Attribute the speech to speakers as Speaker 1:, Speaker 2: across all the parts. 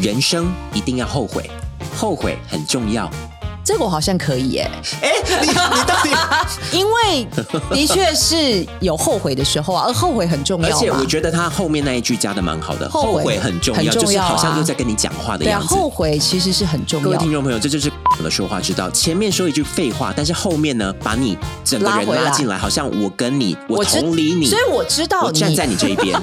Speaker 1: 人生一定要后悔，后悔很重要。
Speaker 2: 这个我好像可以耶、
Speaker 1: 哎、你你 到底？
Speaker 2: 因为的确是有后悔的时 候啊，而后悔很重要
Speaker 1: 而
Speaker 2: 嘛。
Speaker 1: 且我觉得他后面那一句加的蛮好的，
Speaker 2: 后
Speaker 1: 后
Speaker 2: 悔
Speaker 1: 悔很重
Speaker 2: 很
Speaker 1: 要，
Speaker 2: 重
Speaker 1: 就是
Speaker 2: 要啊
Speaker 1: 好像又在跟你讲话的
Speaker 2: 对啊，
Speaker 1: 样子。
Speaker 2: 后悔其实是很重
Speaker 1: 各位
Speaker 2: 要的
Speaker 1: 听。众朋友，这就是我的说话之道。前面说一句废话，但是后面呢，把你整个人
Speaker 2: 拉回来
Speaker 1: 拉进来，好像我跟你，我
Speaker 2: 知
Speaker 1: 同理你，
Speaker 2: 所以我知道
Speaker 1: 我
Speaker 2: 你
Speaker 1: 站在你这 一边。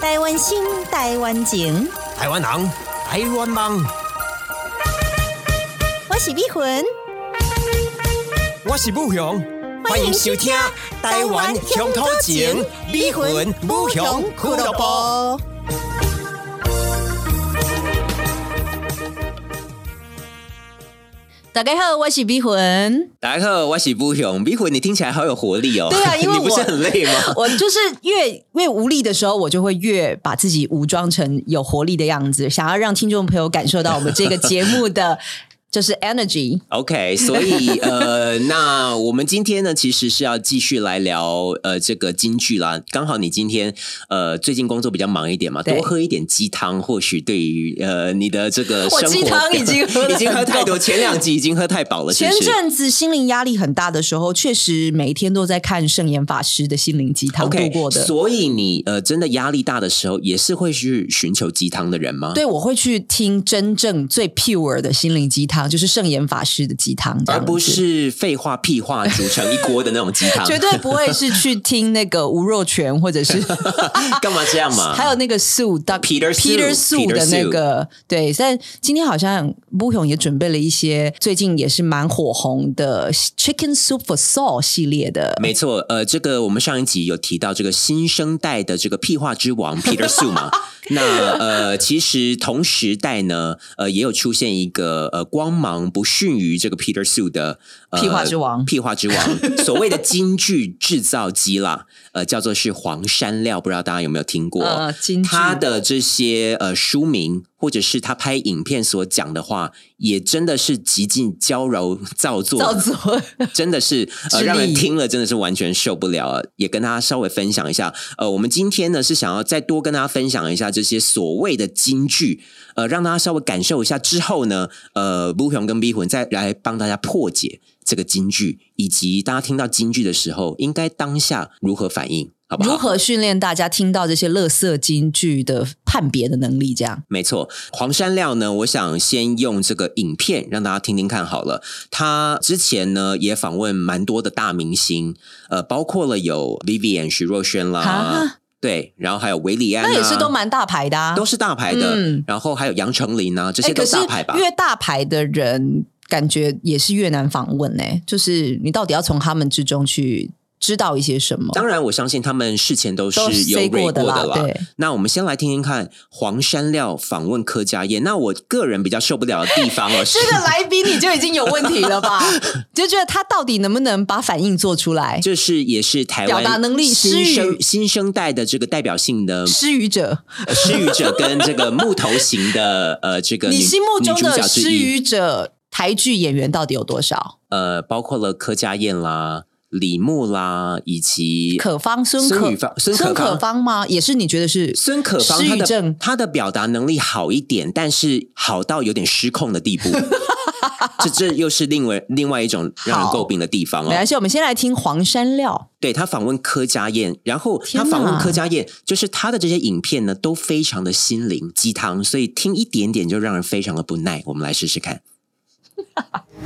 Speaker 3: 台湾心，台湾情，
Speaker 4: 台湾人，台湾梦，
Speaker 3: 我是美魂，
Speaker 4: 我是武雄，
Speaker 3: 欢迎收听台湾乡土情，美魂武雄俱乐部。
Speaker 2: 大家好，我是逼魂。
Speaker 1: 大家好，我是不勇，米魂，你听起来好有活力哦。
Speaker 2: 对 啊因为
Speaker 1: 你不
Speaker 2: 我
Speaker 1: 是很累 吗？
Speaker 2: 我就是越越无力的时候，我就会越把自己武装成有活力的样子，想要让听众朋友感受到我们这个节目的就是 energy。
Speaker 1: OK，所以呃，那我们今天呢，其实是要继续来聊呃这个京剧啦。刚好你今天呃最近工作比较忙一点嘛，
Speaker 2: 对
Speaker 1: 多喝一点鸡汤，或许对于呃你的这个
Speaker 2: 我
Speaker 1: 生活
Speaker 2: 鸡 汤已经喝了
Speaker 1: 已经喝太
Speaker 2: 很
Speaker 1: 多，前两集已经喝太饱了，是
Speaker 2: 前
Speaker 1: 不是？
Speaker 2: 阵子心灵压力很大的时候，确实每天都在看圣严法师的心灵鸡汤度
Speaker 1: OK，
Speaker 2: 过的。
Speaker 1: 所以你呃真的压力大的时候，也是会去寻求鸡汤的人吗？
Speaker 2: 对，我会去听真正最 pure 的心灵鸡汤，就是圣严法师的鸡汤，这样
Speaker 1: 而
Speaker 2: 子
Speaker 1: 不是废话屁话煮成一锅的那种鸡汤，
Speaker 2: 绝对不会是去听那个吴若权或者 是
Speaker 1: 干嘛这样嘛？
Speaker 2: 还有那个 Sue 到
Speaker 1: Peter Sue，
Speaker 2: Peter Sue
Speaker 1: Peter
Speaker 2: 的那
Speaker 1: Sue
Speaker 2: 个对，但今天好像吴勇也准备了一些最近也是蛮火红的 Chicken Soup for Soul 系列的，
Speaker 1: 没错，呃，这个我们上一集有提到这个新生代的这个屁话之王 Peter Su 嘛，那呃，其实同时代呢，呃，也有出现一个呃光芒不逊于这个 Peter Su 的、呃、
Speaker 2: 屁话之王
Speaker 1: 屁话之王， 所谓的京剧制造机啦，呃，叫做是黄山料，不知道大家有没有听过？
Speaker 2: 呃，京剧
Speaker 1: 他的这些呃书名，或者是他拍影片所讲的话，也真的是极尽娇柔造作，
Speaker 2: 造作。
Speaker 1: 真的是
Speaker 2: 之
Speaker 1: 呃，
Speaker 2: 力
Speaker 1: 让人听了真的是完全受不了啊。也跟大家稍微分享一下，呃，我们今天呢是想要再多跟大家分享一下这些所谓的金句，呃，让大家稍微感受一下之后呢，呃，不雄跟逼魂再来帮大家破解这个金句，以及大家听到金句的时候，应该当下如何反应，好不好？
Speaker 2: 如何训练大家听到这些乐色京剧的判别的能力？这样，
Speaker 1: 没错，黄山料呢，我想先用这个影片让大家听听看好了。他之前呢也访问蛮多的大明星，呃，包括了有 Vivian 徐若瑄
Speaker 2: 啊
Speaker 1: 啦，对，然后还有韦礼安、啊，
Speaker 2: 那也是都蛮大牌的啊。
Speaker 1: 都是大牌的，
Speaker 2: 嗯
Speaker 1: 然后还有杨丞琳啊，这
Speaker 2: 哎，
Speaker 1: 些
Speaker 2: 可
Speaker 1: 都
Speaker 2: 是
Speaker 1: 大牌吧。
Speaker 2: 越大牌的人，感觉也是越难访问呢、就是你到底要从他们之中去知道一些什么？
Speaker 1: 当然，我相信他们事前都是
Speaker 2: 都
Speaker 1: 有蕊
Speaker 2: say 过
Speaker 1: 过
Speaker 2: 的啦，
Speaker 1: 啦。
Speaker 2: 对。
Speaker 1: 那我们先来听听看黄山料访问柯佳燕。那我个人比较受不了的地 方哦，是
Speaker 2: 这个来宾你就已经有问题了 吧？就觉得他到底能不能把反应做出来？
Speaker 1: 这是也是台湾
Speaker 2: 表达能力
Speaker 1: 新
Speaker 2: 失语
Speaker 1: 生新生代的这个代表性 的
Speaker 2: 施语者，
Speaker 1: 呃失语者跟这个木头型的呃这个女
Speaker 2: 你心目中
Speaker 1: 女主
Speaker 2: 的
Speaker 1: 角之
Speaker 2: 施
Speaker 1: 一，
Speaker 2: 语者台剧演员到底有多少？
Speaker 1: 呃，包括了柯佳燕啦、李牧啦，以及
Speaker 2: 可芳、孙
Speaker 1: 孙
Speaker 2: 可
Speaker 1: 宇芳孙可
Speaker 2: 孙可
Speaker 1: 芳
Speaker 2: 芳吗？也是你觉得是
Speaker 1: 孙可芳，
Speaker 2: 失
Speaker 1: 她
Speaker 2: 语
Speaker 1: 的
Speaker 2: 症
Speaker 1: 她的表达能力好一点，但是好到有点失控的地 步。这这又是另外另外一种让人
Speaker 2: 好
Speaker 1: 诟病的地方哦
Speaker 2: 没。关系，我们先来听黄山料。
Speaker 1: 对他访问柯佳燕，然后
Speaker 2: 天
Speaker 1: 他
Speaker 2: 哪
Speaker 1: 访问柯佳燕，就是他的这些影片呢，都非常的心灵鸡汤，所以听一点点就让人非常的不耐。我们来试试看。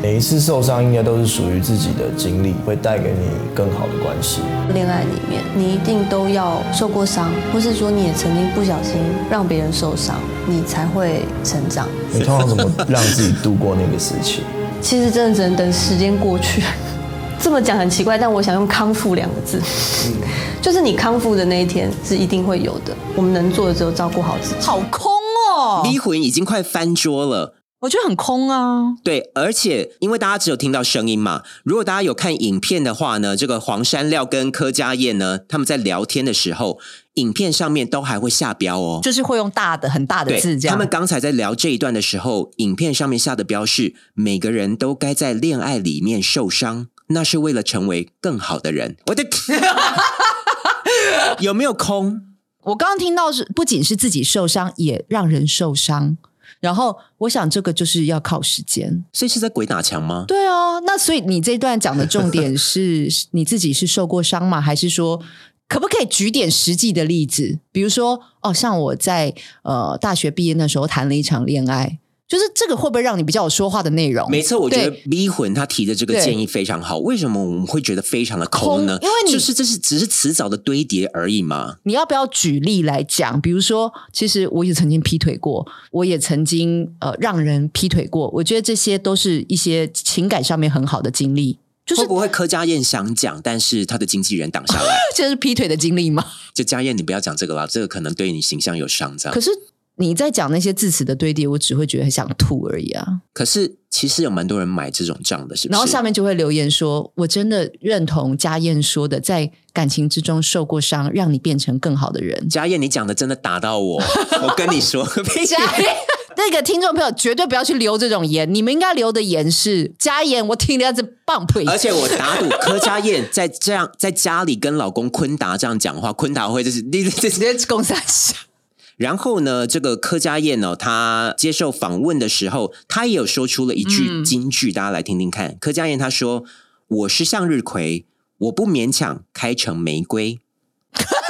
Speaker 5: 每一次受伤应该都是属于自己的经历，会带给你更好的关系。
Speaker 6: 恋爱里面，你一定都要受过伤，或是说你也曾经不小心让别人受伤，你才会成长。
Speaker 5: 你通常怎么让自己度过那个时期？
Speaker 6: 其实真的只能等时间过去。 这么讲很奇怪，但我想用“康复”两个字，
Speaker 7: 嗯
Speaker 6: 就是你康复的那一天是一定会有的。我们能做的只有照顾好自己。
Speaker 2: 好空哦，
Speaker 1: 离魂已经快翻桌了。
Speaker 2: 我觉得很空啊。
Speaker 1: 对，而且因为大家只有听到声音嘛，如果大家有看影片的话呢，这个黄山料跟柯佳燕呢，他们在聊天的时候，影片上面都还会下标哦。
Speaker 2: 就是会用大的、很大的
Speaker 1: 对，
Speaker 2: 字这样。
Speaker 1: 他们刚才在聊这一段的时候，影片上面下的标示：每个人都该在恋爱 里面受伤，那是为了成为更好的人。我的天，有没有空？
Speaker 2: 我刚刚听到是不仅是自己受伤，也让人受伤。然后我想这个就是要靠时间。
Speaker 1: 所以是在鬼打墙吗？
Speaker 2: 对啊，那所以你这段讲的重点 是是你自己是受过伤吗？还是说可不可以举点实际的例子？比如说哦，像我在呃大学毕业那时候谈了一场恋爱，就是这个会不会让你比较有说话的内容？
Speaker 1: 没错，我觉得
Speaker 2: 对
Speaker 1: B 魂他提的这个
Speaker 2: 对
Speaker 1: 建议非常好。为什么我们会觉得非常的空
Speaker 2: 空
Speaker 1: 呢？
Speaker 2: 因为你
Speaker 1: 就是这是只是迟早的堆叠而已嘛。
Speaker 2: 你要不要举例来讲？比如说，其实我也曾经劈腿过，我也曾经呃让人劈腿过。我觉得这些都是一些情感上面很好的经历，就是
Speaker 1: 会不会柯佳燕想讲，但是她的经纪人挡下来？
Speaker 2: 这是劈腿的经历吗？
Speaker 1: 就佳燕，你不要讲这个啦，这个可能对你形象有伤。这样
Speaker 2: 可，是你在讲那些字词的堆叠，我只会觉得很想吐而已啊。
Speaker 1: 可是其实有蛮多人买这种账的，是不是？
Speaker 2: 然后下面就会留言说：“我真的认同家燕说的，在感情之中受过伤，让你变成更好的 人。”
Speaker 1: 佳燕，你讲的真的打到 我，我跟你说，
Speaker 2: 嘉言，那个听众朋友绝对不要去留这种言，你们应该留的言是加言，我听了这棒腿。
Speaker 1: 而且我打赌柯佳燕在 这样在家里跟老公昆达这样讲话，昆达会就是 你这
Speaker 2: 直接攻三下，
Speaker 1: 然后呢，这个柯佳燕呢，她接受访问的时候，她也有说出了一句金句，大家来听听
Speaker 2: 嗯
Speaker 1: 看。柯佳燕她说：“我是向日葵，我不勉强开成玫瑰。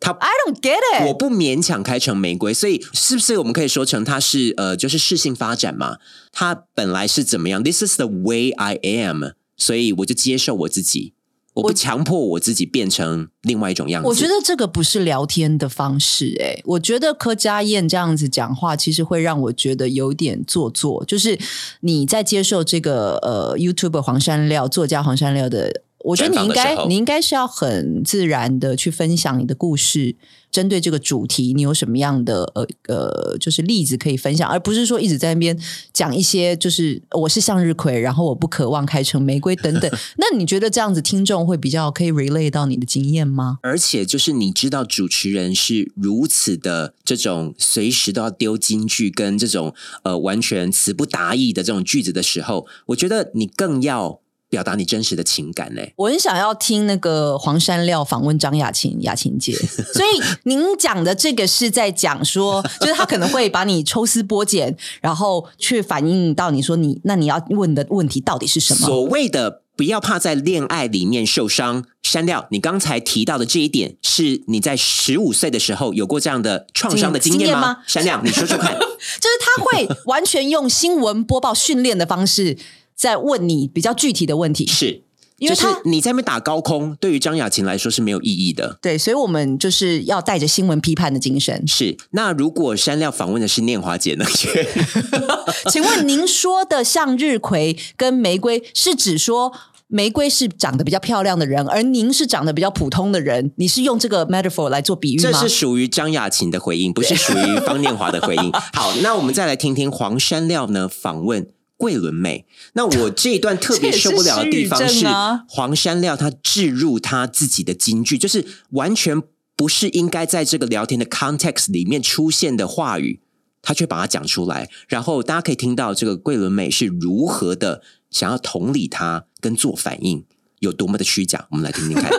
Speaker 1: 她”
Speaker 2: ，I don't get
Speaker 1: 我
Speaker 2: it。
Speaker 1: 不勉强开成玫瑰，所以是不是我们可以说成她是呃，就是适性发展嘛？她本来是怎么样？This is the way I am，所以我就接受我自己，我不强迫我自己变成另外一种样子。
Speaker 2: 我觉得这个不是聊天的方式、欸，我觉得柯佳燕这样子讲话，其实会让我觉得有点做作。就是你在接受这个呃 YouTube 黄山料作家黄山料的，我觉得你应
Speaker 1: 专访的
Speaker 2: 该
Speaker 1: 时候
Speaker 2: 你应该是要很自然的去分享你的故事，针对这个主题，你有什么样的呃呃，就是例子可以分享，而不是说一直在那边讲一些就是呃我是向日葵，然后我不渴望开成玫瑰等 等。那你觉得这样子听众会比较可以 relay 到你的经验吗？
Speaker 1: 而且就是你知道主持人是如此的这种随时都要丢金句跟这种呃完全词不达意的这种句子的时候，我觉得你更要表达你真实的情感嘞、
Speaker 2: 我很想要听那个黄山料访问张雅琴，雅琴姐。所以您讲的这个是在讲说， 就是他可能会把你抽丝剥茧，然后去反映到你说你那你要问的问题到底是什么？
Speaker 1: 所谓的不要怕在恋爱里面受伤，删掉你刚才提到的这一点，是你在十五岁的时候有过这样的创伤的经验
Speaker 2: 经验
Speaker 1: 吗
Speaker 2: 吗？
Speaker 1: 删掉，你说说 看。
Speaker 2: 就是他会完全用新闻播报训练的方式在问你比较具体的问题。
Speaker 1: 是，
Speaker 2: 因为
Speaker 1: 就是
Speaker 2: 他
Speaker 1: 你在那边打高空，对于张雅琴来说是没有意义的。
Speaker 2: 对，所以我们就是要带着新闻批判的精神。
Speaker 1: 是，那如果山料访问的是念华姐呢？
Speaker 2: 请问您说的向日葵跟玫瑰，是指说玫瑰是长得比较漂亮的人，而您是长得比较普通的人？你是用这个 metaphor 来做比喻
Speaker 1: 这
Speaker 2: 吗
Speaker 1: 是？属于张雅琴的回应，不是属于方念华的回 应。好，那我们再来听听黄山料呢访问。桂纶镁，那我这一段特别受不了的地方
Speaker 2: 这也是失
Speaker 1: 是
Speaker 2: 语症啊，
Speaker 1: 黄山料他置入他自己的金句，就是完全不是应该在这个聊天的 context 里面出现的话语，他却把它讲出来。然后大家可以听到这个桂纶镁是如何的想要同理他跟做反应，有多么的虚假。我们来听听看。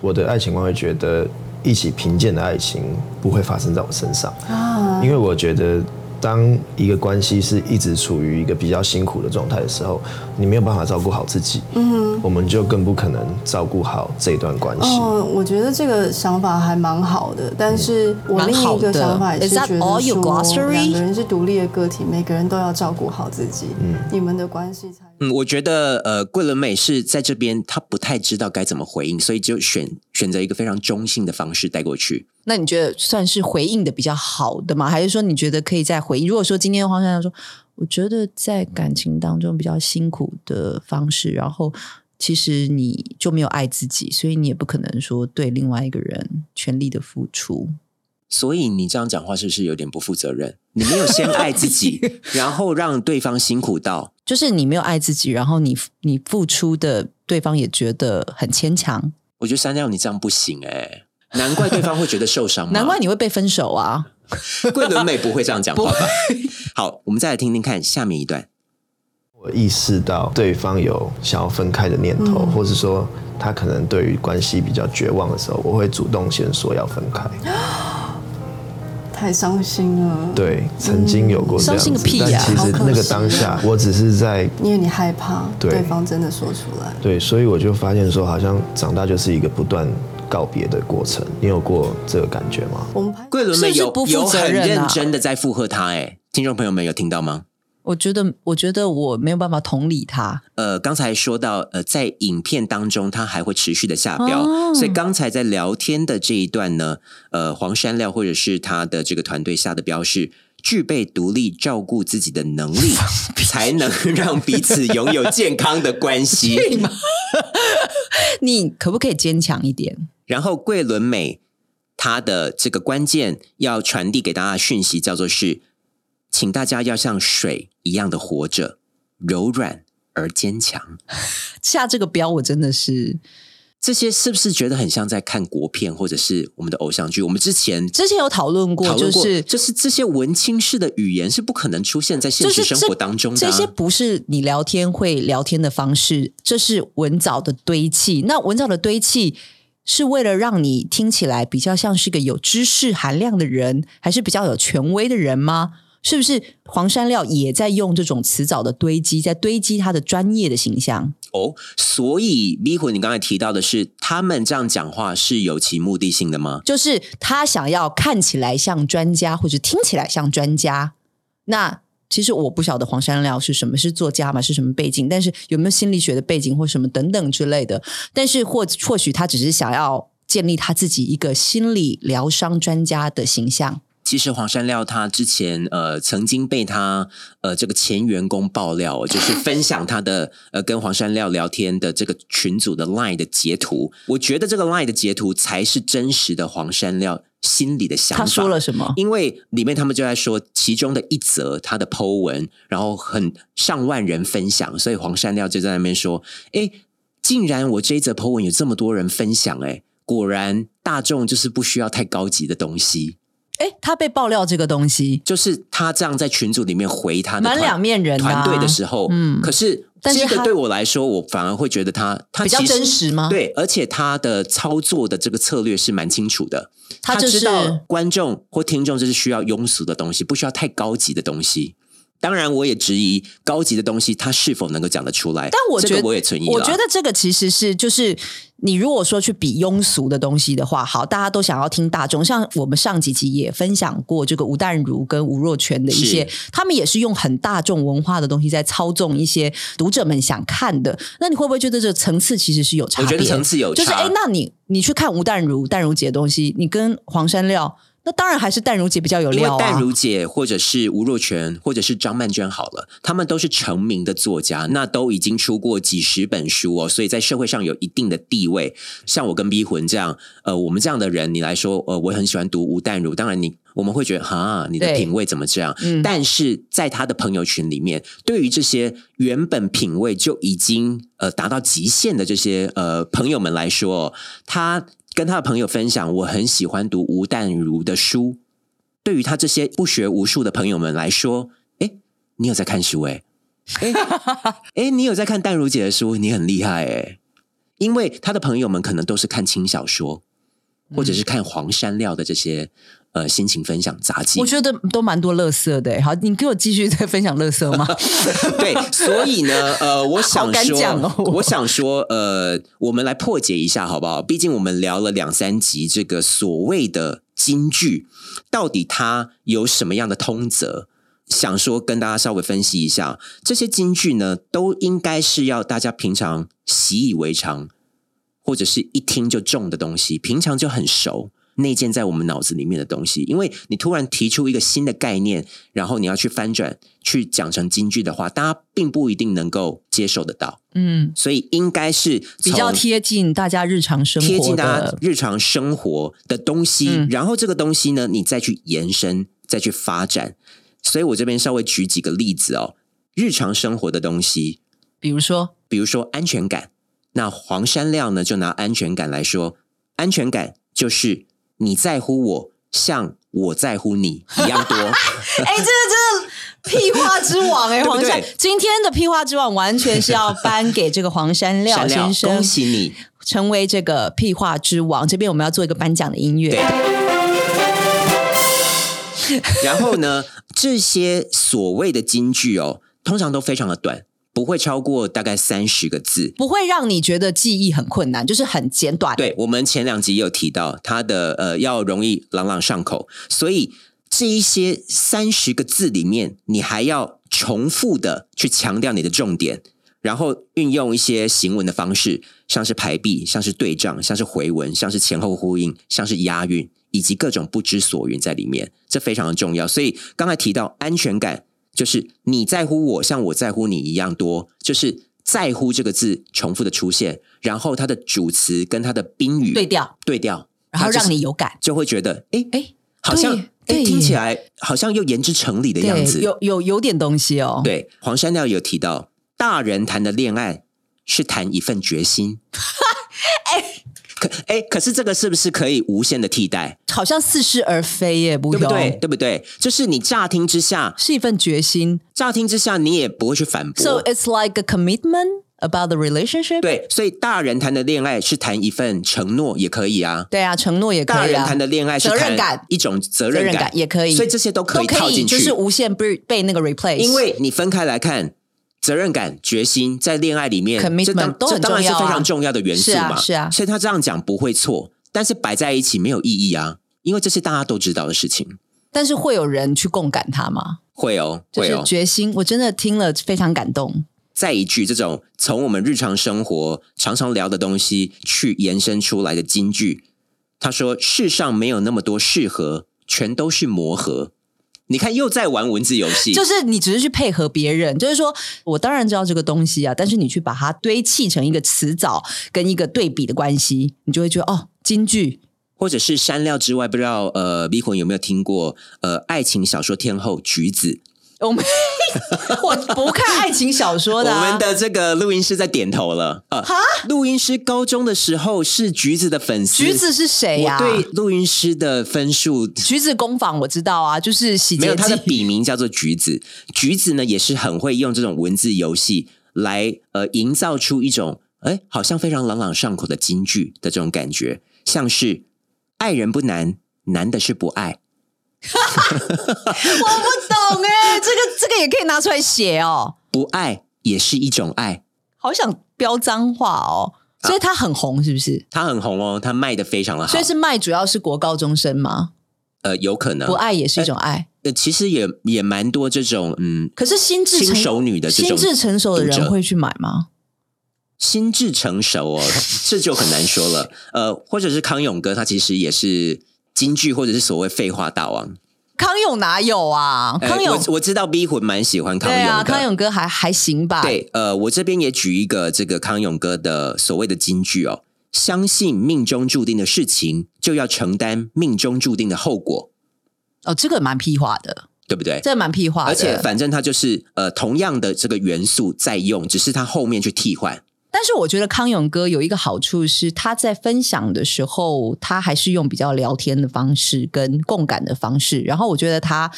Speaker 5: 我的爱情观会觉得，一起贫贱的爱情不会发生在我身上，因为我觉得，当一个关系是一直处于一个比较辛苦的状态的时候，你没有办法照顾好自己，嗯，我们就更不可能照顾好这段关系。
Speaker 7: 哦，我觉得这个想法还蛮好的，但是
Speaker 6: 嗯
Speaker 7: 我另一个想法也是
Speaker 2: 蛮好
Speaker 7: 觉
Speaker 2: 的 Is that all
Speaker 7: 得
Speaker 2: your
Speaker 7: 说，
Speaker 2: glossary？
Speaker 7: 两个人是独立的个体，每个人都要照顾好自己，你们的关系才。
Speaker 1: 嗯，我觉得呃，桂纶镁是在这边，她不太知道该怎么回应，所以就选选择一个非常中性的方式带过去。
Speaker 2: 那你觉得算是回应的比较好的吗？还是说你觉得可以再回应？如果说今天黄珊珊说，我觉得在感情当中比较辛苦的方式，然后其实你就没有爱自己，所以你也不可能说对另外一个人全力的付出。
Speaker 1: 所以你这样讲话是不是有点不负责任？你没有先爱自 己，然后让对方辛苦到，
Speaker 2: 就是你没有爱自己，然后你你付出的，对方也觉得很牵强，
Speaker 1: 我觉得删掉你这样不行哎、难怪对方会觉得受伤嘛。
Speaker 2: 难怪你会被分手啊！
Speaker 1: 桂纶镁不会这样讲 话吧？好，我们再来听听看下面一段。
Speaker 5: 我意识到对方有想要分开的念头，或是说他可能对于关系比较绝望的时候，我会主动先说要分开。
Speaker 2: 嗯
Speaker 7: 太伤心了。，
Speaker 5: 对，曾经有过这
Speaker 2: 伤
Speaker 5: 样子，
Speaker 2: 心个屁呀
Speaker 5: 但其实
Speaker 7: 好可
Speaker 5: 那个
Speaker 7: 惜
Speaker 5: 当下，我只是在
Speaker 7: 因为你害怕
Speaker 5: 对
Speaker 7: 对方真的说出来。
Speaker 5: 对，所以我就发现说，好像长大就是一个不断告别的过程。你有过这个感觉吗？
Speaker 7: 我们拍
Speaker 1: 桂纶镁
Speaker 2: 是
Speaker 1: 有
Speaker 2: 不负
Speaker 1: 有
Speaker 2: 责
Speaker 1: 很
Speaker 2: 任啊
Speaker 1: 认真的在附和他、哎，听众朋友们有听到吗？
Speaker 2: 我觉得，我觉得我没有办法同理他。
Speaker 1: 呃，刚才说到，呃，在影片当中，它还会持续的下标，
Speaker 2: 哦
Speaker 1: 所以刚才在聊天的这一段呢，呃，黄山料或者是他的这个团队下的标是具备独立照顾自己的能力，才能让彼此拥有健康的关系。
Speaker 2: 你可不可以坚强一点？
Speaker 1: 然后桂纶镁她的这个关键要传递给大家的讯息叫做是，请大家要像水一样的活着，柔软而坚强。
Speaker 2: 下这个标，我真的是
Speaker 1: 这些是不是觉得很像在看国片或者是我们的偶像剧？我们之前
Speaker 2: 之前有讨论过，
Speaker 1: 讨
Speaker 2: 就
Speaker 1: 论过，
Speaker 2: 是
Speaker 1: 就是这些文青式的语言是不可能出现在现
Speaker 2: 就
Speaker 1: 实
Speaker 2: 是
Speaker 1: 生活当中的、
Speaker 2: 这
Speaker 1: 啊
Speaker 2: 这些不是你聊天会聊天的方式，这是文藻的堆砌。那文藻的堆砌是为了让你听起来比较像是个有知识含量的人，还是比较有权威的人吗？是不是黄山料也在用这种词藻的堆积，在堆积他的专业的形象？
Speaker 1: 哦。所以迷魂，你刚才提到的是他们这样讲话是有其目的性的吗？
Speaker 2: 就是他想要看起来像专家，或者听起来像专家。那其实我不晓得黄山料是什么，是作家嘛，是什么背景，但是有没有心理学的背景或什么等等之类的。但是或或许他只是想要建立他自己一个心理疗伤专家的形象。
Speaker 1: 其实黄山料他之前呃曾经被他呃这个前员工爆料哦，就是分享他的 呃跟黄山料聊天的这个群组的 LINE 的截图。我觉得这个 LINE 的截图才是真实的黄山料心里的想法。
Speaker 2: 他说了什么？
Speaker 1: 因为里面他们就在说其中的一则他的 Po 文，然后很上万人分享，所以黄山料就在那边说：“哎，竟然我这一则 Po 文有这么多人分享，哎，果然大众就是不需要太高级的东西。”
Speaker 2: 哎，他被爆料这个东西，
Speaker 1: 就是他这样在群组里面回他的
Speaker 2: 蛮
Speaker 1: 团
Speaker 2: 两面人的啊
Speaker 1: 团队的时候，嗯，
Speaker 2: 嗯
Speaker 1: 可是
Speaker 2: 但是
Speaker 1: 这个
Speaker 2: 他
Speaker 1: 对我来说，我反而会觉得他他
Speaker 2: 比较
Speaker 1: 其实
Speaker 2: 真实吗
Speaker 1: 对，而且他的操作的这个策略是蛮清楚的，
Speaker 2: 他就是
Speaker 1: 知道观众或听众就是需要庸俗的东西，不需要太高级的东西。当然，我也质疑高级的东西他是否能够讲得出来，
Speaker 2: 但我觉
Speaker 1: 这
Speaker 2: 得，
Speaker 1: 个我也存疑啦。啊
Speaker 2: 我觉得这个其实是就是你如果说去比庸俗的东西的话，好，大家都想要听大众。像我们上几集也分享过这个吴淡如跟吴若权的一些，他们也是用很大众文化的东西在操纵一些读者们想看的。那你会不会觉得这个层次其实是有差
Speaker 1: 我
Speaker 2: 别？
Speaker 1: 觉得层次有
Speaker 2: 就是
Speaker 1: 差
Speaker 2: 哎，诶那你你去看吴淡如、淡如姐的东西，你跟黄山料，那当然还是淡如姐比较有
Speaker 1: 因为
Speaker 2: 料啊。
Speaker 1: 淡如姐或者是吴若权或者是张曼娟好了，他们都是成名的作家，那都已经出过几十本书哦，所以在社会上有一定的地位。像我跟逼魂这样，呃，我们这样的人，你来说，呃，我很喜欢读吴淡如，当然你。我们会觉得哈，你的
Speaker 2: 对
Speaker 1: 品味怎么这样？
Speaker 2: 嗯
Speaker 1: 但是在他的朋友群里面，对于这些原本品味就已经呃达到极限的这些呃朋友们来说，哦他跟他的朋友分享，我很喜欢读吴淡如的书。对于他这些不学无术的朋友们来说，哎，你有在看书哎、诶哎、你有在看淡如姐的书，你很厉害哎、因为他的朋友们可能都是看轻小说，或者是看黄山料的这些呃心情分享杂技
Speaker 2: 我。觉得都蛮多乐色的、诶欸好，你给我继续再分享乐色 吗？
Speaker 1: 对，所以呢，呃，我
Speaker 2: 好
Speaker 1: 想
Speaker 2: 敢
Speaker 1: 说，
Speaker 2: 讲哦
Speaker 1: 我想说，呃，我们来破解一下好不好？毕竟我们聊了两三集这个所谓的金句，到底它有什么样的通则？想说跟大家稍微分析一下，这些金句呢，都应该是要大家平常习以为常，或者是一听就中的东西，平常就很熟。内建在我们脑子里面的东西，因为你突然提出一个新的概念，然后你要去翻转，去讲成京剧的话，大家并不一定能够接受得到，
Speaker 2: 嗯。
Speaker 1: 所以应该是
Speaker 2: 比较
Speaker 1: 从
Speaker 2: 贴近大家日常生活的，
Speaker 1: 贴近大家日常生活的东西，
Speaker 2: 嗯
Speaker 1: 然后这个东西呢，你再去延伸，再去发展。所以我这边稍微举几个例子哦，日常生活的东西，
Speaker 2: 比如说
Speaker 1: 比如说安全感。那黄山料呢，就拿安全感来说，安全感就是你在乎我，像我在乎你一样 多。
Speaker 2: 哎、这这屁话之王哎、
Speaker 1: 对不
Speaker 2: 黄
Speaker 1: 对
Speaker 2: 山今天的屁话之王完全是要颁给这个黄山料
Speaker 1: 山料
Speaker 2: 先生
Speaker 1: 恭，喜你！
Speaker 2: 成为这个屁话之王。这边我们要做一个颁奖的音乐。
Speaker 1: 对然后呢，这些所谓的金句哦，通常都非常的短，不会超过大概三十个字。
Speaker 2: 不会让你觉得记忆很困难，就是很简短。
Speaker 1: 对我们前两集也有提到，它的呃要容易朗朗上口，所以这一些三十个字里面，你还要重复的去强调你的重点，然后运用一些行文的方式，像是排比，像是对仗，像是回文，像是前后呼应，像是押韵，以及各种不知所云在里面，这非常的重要。所以刚才提到安全感，就是你在乎我，像我在乎你一样多，就是在乎这个字重复的出现，然后它的主词跟它的宾语
Speaker 2: 对调，
Speaker 1: 对调，
Speaker 2: 然后
Speaker 1: 它就是
Speaker 2: 让你有感。
Speaker 1: 就会觉得，诶，
Speaker 2: 哎，
Speaker 1: 好像
Speaker 2: 对
Speaker 1: 诶
Speaker 2: 耶
Speaker 1: 听起来好像又言之成理的样子。
Speaker 2: 对，有有有点东西哦。
Speaker 1: 对黄山料有提到，大人谈的恋爱是谈一份决 心。可哎，可是这个是不是可以无限的替代，
Speaker 2: 好像似是而非耶，不
Speaker 1: 对不
Speaker 2: 用
Speaker 1: 对？对不对？就是你乍听之下，
Speaker 2: 是一份决心。
Speaker 1: 乍听之下你也不会去反
Speaker 2: So
Speaker 1: 驳。
Speaker 2: it's like a commitment about the relationship。
Speaker 1: 对，所以大人谈的恋爱是谈一份承诺，也可以啊。
Speaker 2: 对啊，承诺也可以、啊。
Speaker 1: 大人谈的恋爱是
Speaker 2: 责任
Speaker 1: 谈
Speaker 2: 感
Speaker 1: 一种责
Speaker 2: 责
Speaker 1: 任
Speaker 2: 任
Speaker 1: 感
Speaker 2: 感也可以，
Speaker 1: 所以这些都可以套进去，
Speaker 2: 就是无限被被那个 replace。
Speaker 1: 因为你分开来看，责任感、决心在恋爱里面
Speaker 2: Commitment
Speaker 1: 这当
Speaker 2: 都很
Speaker 1: 这当然是
Speaker 2: 重要啊
Speaker 1: 非常重要的元素嘛。
Speaker 2: 是啊是啊
Speaker 1: 所以他这样讲不会错，但是摆在一起没有意义啊，因为这是大家都知道的事情。
Speaker 2: 但是会有人去共感它吗？
Speaker 1: 会哦，
Speaker 2: 就
Speaker 1: 会
Speaker 2: 是
Speaker 1: 哦。
Speaker 2: 决心，我真的听了非常感动。
Speaker 1: 再一句这种从我们日常生活常常聊的东西去延伸出来的金句，他说：“世上没有那么多适合，全都是磨合。”你看，又在玩文字游戏，
Speaker 2: 就是你只是去配合别人，就是说我当然知道这个东西啊，但是你去把它堆砌成一个词藻跟一个对比的关系，你就会觉得哦，京剧
Speaker 1: 或者是山料之外，不知道呃，迷魂有没有听过呃，爱情小说天后橘子？
Speaker 2: 我们我不看爱情小说的、啊，
Speaker 1: 我们的这个录音师在点头了啊！呃录音师高中的时候是橘子的粉丝，
Speaker 2: 橘子是谁呀、
Speaker 1: 我对录音师的分数
Speaker 2: 橘子工坊我知道啊，就是洗
Speaker 1: 没
Speaker 2: 洁
Speaker 1: 有，他的
Speaker 2: 剂。
Speaker 1: 笔名叫做橘子。橘子呢，也是很会用这种文字游戏来呃，营造出一种哎，好像非常朗朗上口的金句的这种感觉，像是爱人不难，难的是不爱。
Speaker 2: 我不懂哎、这个这个也可以拿出来写哦，
Speaker 1: 不爱也是一种爱。
Speaker 2: 好想标脏话哦。
Speaker 1: 啊
Speaker 2: 所以他很红，是不是？
Speaker 1: 它很红哦，它卖的非常的好，
Speaker 2: 所以是卖主要是国高中生吗？
Speaker 1: 呃有可能
Speaker 2: 不爱也是一种爱，
Speaker 1: 呃其实也也蛮多这种嗯
Speaker 2: 可是心智
Speaker 1: 新
Speaker 2: 成
Speaker 1: 手女的这
Speaker 2: 心
Speaker 1: 种
Speaker 2: 智成熟的
Speaker 1: 读
Speaker 2: 人
Speaker 1: 者
Speaker 2: 会去买吗？
Speaker 1: 心智成熟哦， 这就很难说了。呃，或者是康永哥他其实也是京剧或者是所谓废话大王。
Speaker 2: 康永哪有啊？
Speaker 1: 呃
Speaker 2: 康永、
Speaker 1: 我我知道 B 魂蛮喜欢康
Speaker 2: 对
Speaker 1: 永的。
Speaker 2: 啊，康永哥还还行吧？，
Speaker 1: 对，呃，我这边也举一个这个康永哥的所谓的金句哦，相信命中注定的事情，就要承担命中注定的后果，
Speaker 2: 哦，这个蛮屁话的，
Speaker 1: 对不对？
Speaker 2: 这个蛮屁话的。
Speaker 1: 而且反正它就是呃同样的这个元素在用，只是它后面去替换。
Speaker 2: 但是我觉得康永哥有一个好处是，他在分享的时候，他还是用比较聊天的方式跟共感的方式。然后我觉得他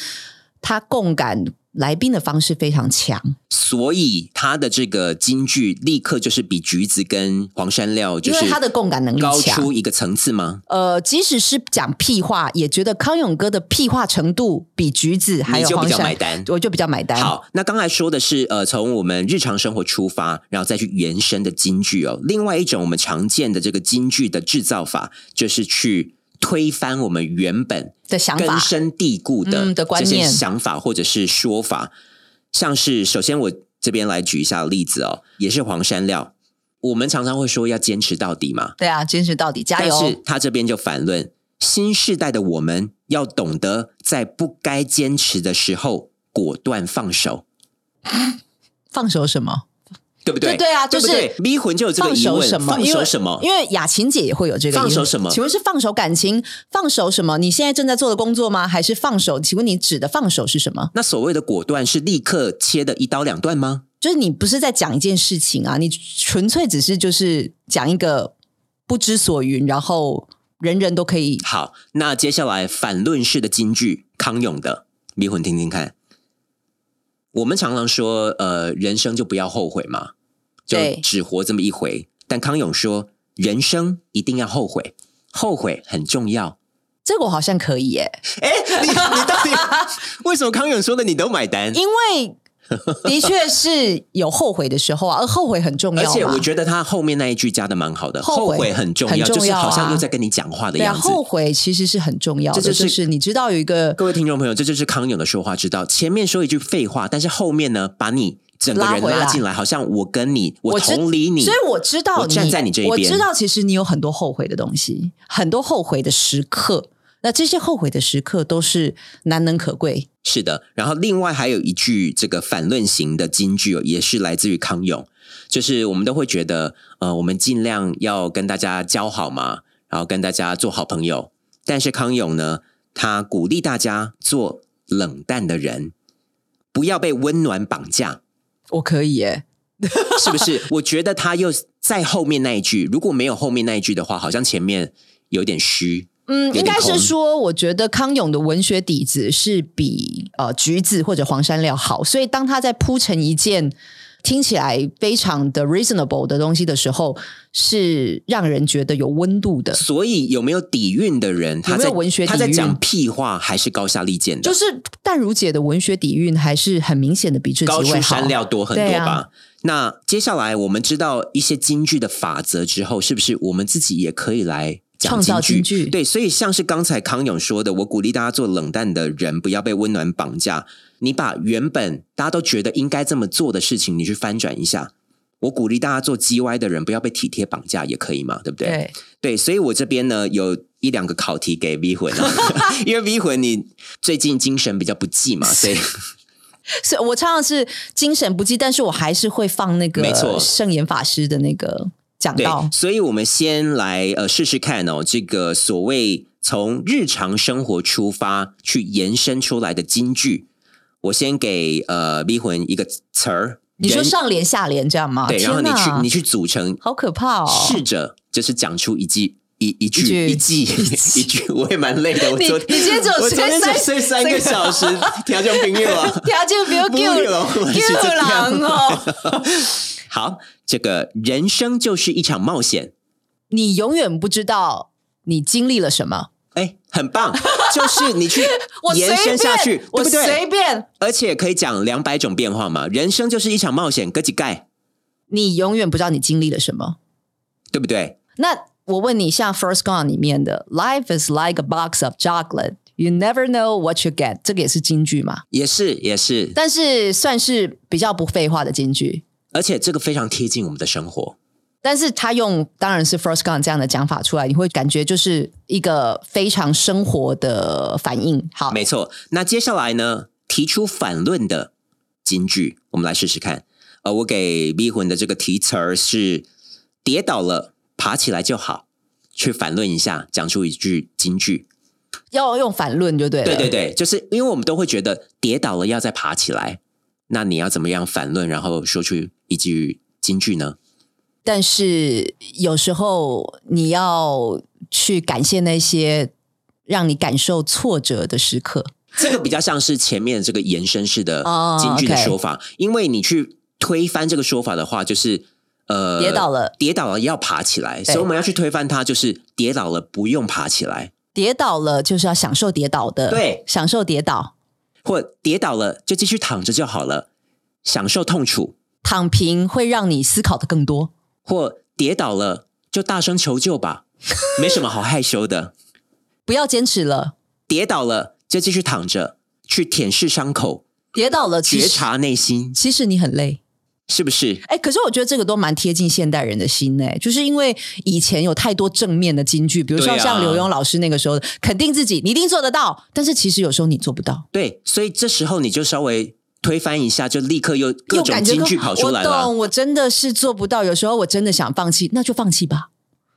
Speaker 2: 他共感来宾的方式非常强，
Speaker 1: 所以它的这个金句立刻就是比橘子跟黄山料就
Speaker 2: 因
Speaker 1: 是
Speaker 2: 为他的共感能力
Speaker 1: 高
Speaker 2: 强
Speaker 1: 出一个层次吗？
Speaker 2: 呃，即使是讲屁话，也觉得康永哥的屁话程度比橘子还
Speaker 1: 你
Speaker 2: 有
Speaker 1: 就
Speaker 2: 黄
Speaker 1: 比较
Speaker 2: 山
Speaker 1: 买单
Speaker 2: 我就比较买单。，
Speaker 1: 好，那刚才说的是呃，从我们日常生活出发，然后再去延伸的金句哦。另外一种我们常见的这个金句的制造法，就是去推翻我们原本
Speaker 2: 的想法
Speaker 1: 根深蒂固的、
Speaker 2: 嗯的观
Speaker 1: 这些
Speaker 2: 念
Speaker 1: 想法或者是说法。像是首先我这边来举一下例子哦，也是黄山料，我们常常会说要坚持到底嘛，
Speaker 2: 对啊，坚持到底，加
Speaker 1: 但是
Speaker 2: 油！
Speaker 1: 他这边就反论：新世代的我们要懂得在不该坚持的时候果断放手，
Speaker 2: 放手什么？
Speaker 1: 对不对？
Speaker 2: 对对啊就是
Speaker 1: 对不对迷魂就有这个
Speaker 2: 放
Speaker 1: 疑
Speaker 2: 手
Speaker 1: 问，
Speaker 2: 什么？
Speaker 1: 放
Speaker 2: 因为
Speaker 1: 手什么？
Speaker 2: 因为雅琴姐也会有这个疑问
Speaker 1: 放手什么
Speaker 2: 请问是放手感情，放手什么？你现在正在做的工作吗？还是放手？请问你指的放手是什么？
Speaker 1: 那所谓的果断是立刻切的一刀两断吗？
Speaker 2: 就是你不是在讲一件事情啊，你纯粹只是就是讲一个不知所云，然后人人都可以
Speaker 1: 好，那接下来反论式的金句，康永的迷魂听听看。我们常常说，呃，人生就不要后悔嘛，就
Speaker 2: 对
Speaker 1: 只活这么一回。但康永说，人生一定要后悔，后悔很重要。
Speaker 2: 这个我好像可以耶、
Speaker 1: 哎， 你你到底为什么康永说的你都买单？
Speaker 2: 因为的确是有后悔的时候啊，而 后悔很重要
Speaker 1: 而
Speaker 2: 嘛。
Speaker 1: 且我觉得他后面那一句加的蛮好的，
Speaker 2: 后
Speaker 1: 后
Speaker 2: 悔
Speaker 1: 悔很重
Speaker 2: 很
Speaker 1: 要，
Speaker 2: 重
Speaker 1: 就是
Speaker 2: 要啊
Speaker 1: 好像又在跟你讲话的
Speaker 2: 对啊，
Speaker 1: 样子。
Speaker 2: 后悔其实是很重要的，
Speaker 1: 这就是
Speaker 2: 就是你知道有一个
Speaker 1: 各位听众朋友，这就是康永的说话之道。前面说一句废话，但是后面呢，把你整个人
Speaker 2: 拉回来
Speaker 1: 拉进来，好像我跟你，我
Speaker 2: 知
Speaker 1: 同理你，
Speaker 2: 所以我知道
Speaker 1: 我
Speaker 2: 你
Speaker 1: 站在你这一边
Speaker 2: 我知道其实你有很多后悔的东西，很多后悔的时刻。那这些后悔的时刻都是难能可贵，
Speaker 1: 是的。然后另外还有一句这个反论型的金句哦，也是来自于康永，就是我们都会觉得，呃，我们尽量要跟大家交好嘛，然后跟大家做好朋友。但是康永呢，他鼓励大家做冷淡的人，不要被温暖绑架。
Speaker 2: 我可以耶、
Speaker 1: 是不 是？我觉得他又在后面那一句，如果没有后面那一句的话，好像前面有点虚。有
Speaker 2: 嗯，应
Speaker 1: 点
Speaker 2: 该
Speaker 1: 空
Speaker 2: 是说，我觉得康永的文学底子是比呃橘子或者黄山料好，所以当他在铺成一件听起来非常的 reasonable 的东西的时候，是让人觉得有温度的。
Speaker 1: 所以有没有底蕴的人，他
Speaker 2: 有没
Speaker 1: 在
Speaker 2: 有文学
Speaker 1: 他在
Speaker 2: 底蕴
Speaker 1: 讲屁话，还是高下立见的，
Speaker 2: 就是淡如姐的文学底蕴还是很明显的，比这
Speaker 1: 高
Speaker 2: 几位
Speaker 1: 出
Speaker 2: 好
Speaker 1: 山。料多很
Speaker 2: 对
Speaker 1: 多
Speaker 2: 啊
Speaker 1: 吧。那接下来我们知道一些京剧的法则之后，是不是我们自己也可以来讲
Speaker 2: 创造
Speaker 1: 京
Speaker 2: 京剧
Speaker 1: 对，所以像是刚才康永说的，我鼓励大家做冷淡的人，不要被温暖绑架。你把原本大家都觉得应该这么做的事情，你去翻转一下。我鼓励大家做 G Y 的人，不要被体贴绑架，也可以嘛，对不对？
Speaker 2: 对，
Speaker 1: 对，所以我这边呢有一两个考题给 V 魂、啊， 因为 V 魂你最近精神比较不济嘛，所以
Speaker 2: 所以我常常是精神不济，但是我还是会放那个
Speaker 1: 没错
Speaker 2: 圣严法师的那个讲
Speaker 1: 对
Speaker 2: 道，。
Speaker 1: 所以我们先来呃试试看哦，这个所谓从日常生活出发去延伸出来的金句，我先给呃 V 魂一个词儿，
Speaker 2: 你说
Speaker 1: 人
Speaker 2: 上联下联这样吗？
Speaker 1: 对，然后你
Speaker 2: 天
Speaker 1: 去
Speaker 2: 哪
Speaker 1: 你去组成，
Speaker 2: 好可怕哦！
Speaker 1: 试着就是讲出一句。一一句
Speaker 2: 一
Speaker 1: 一
Speaker 2: 句
Speaker 1: 句 一句，我也蛮累的。我
Speaker 2: 你
Speaker 1: 昨
Speaker 2: 你今天只有
Speaker 1: 我昨天就
Speaker 2: 睡三
Speaker 1: 睡三
Speaker 2: 这
Speaker 1: 个
Speaker 2: 个
Speaker 1: 小时，调整频率 了。
Speaker 2: 条件不要
Speaker 1: 不
Speaker 2: 救
Speaker 1: 了我是
Speaker 2: 救
Speaker 1: 这样
Speaker 2: 狼哦！
Speaker 1: 好，这个人生就是一场冒险，
Speaker 2: 你永远不知道你经历了什么。
Speaker 1: 哎，很棒，就是你去
Speaker 2: 我随
Speaker 1: 延
Speaker 2: 便
Speaker 1: 伸下去，对
Speaker 2: 我
Speaker 1: 不
Speaker 2: 随
Speaker 1: 对？
Speaker 2: 便。
Speaker 1: 而且可以讲两百种变化嘛，人生就是一场冒险，哥几盖，
Speaker 2: 你永远不知道你经历了什么。
Speaker 1: 对不对？
Speaker 2: 那我问你，像《First Gone》里面的 “Life is like a box of chocolate, you never know what you get”，这个也是金句嘛？
Speaker 1: 也是，也是，
Speaker 2: 但是算是比较不废话的金句。
Speaker 1: 而且这个非常贴近我们的生活。
Speaker 2: 但是他用当然是 first gun 这样的讲法出来，你会感觉就是一个非常生活的反应。好，
Speaker 1: 没错。那接下来呢，提出反论的金句，我们来试试看。呃，我给 V 魂的这个题词儿是：跌倒了，爬起来就好。去反论一下，讲出一句金句。
Speaker 2: 要用反论就对了。
Speaker 1: 对对对，就是因为我们都会觉得跌倒了要再爬起来，那你要怎么样反论，然后说出一句金句呢？
Speaker 2: 但是有时候你要去感谢那些让你感受挫折的时刻。
Speaker 1: 这个比较像是前面这个延伸式的
Speaker 2: 哦
Speaker 1: 京剧的
Speaker 2: OK
Speaker 1: 说法，因为你去推翻这个说法的话，就是呃
Speaker 2: 跌倒了，
Speaker 1: 跌倒了要爬起来，
Speaker 2: 对
Speaker 1: 所以我们要去推翻它，就是跌倒了不用爬起来，
Speaker 2: 跌倒了就是要享受跌倒的，
Speaker 1: 对
Speaker 2: 享受跌倒，
Speaker 1: 或跌倒了就继续躺着就好了，享受痛楚，
Speaker 2: 躺平会让你思考的更多。
Speaker 1: 或跌倒了就大声求救吧，没什么好害羞的。
Speaker 2: 不要坚持了，
Speaker 1: 跌倒了就继续躺着，去舔舐伤口，
Speaker 2: 跌倒了其
Speaker 1: 觉
Speaker 2: 实，
Speaker 1: 察内心，
Speaker 2: 其实你很累。
Speaker 1: 是不是？
Speaker 2: 哎，可是我觉得这个都蛮贴近现代人的心呢、就是因为以前有太多正面的金句，比如说
Speaker 1: 对啊
Speaker 2: 像刘墉老师那个时候的，肯定自己，你一定做得到，但是其实有时候你做不到。
Speaker 1: 对，所以这时候你就稍微推翻一下，就立刻又各
Speaker 2: 又
Speaker 1: 种
Speaker 2: 感觉
Speaker 1: 金
Speaker 2: 到
Speaker 1: 句跑出来
Speaker 2: 我
Speaker 1: 了。
Speaker 2: 懂，我真的是做不到。有时候我真的想放弃，那就放弃吧。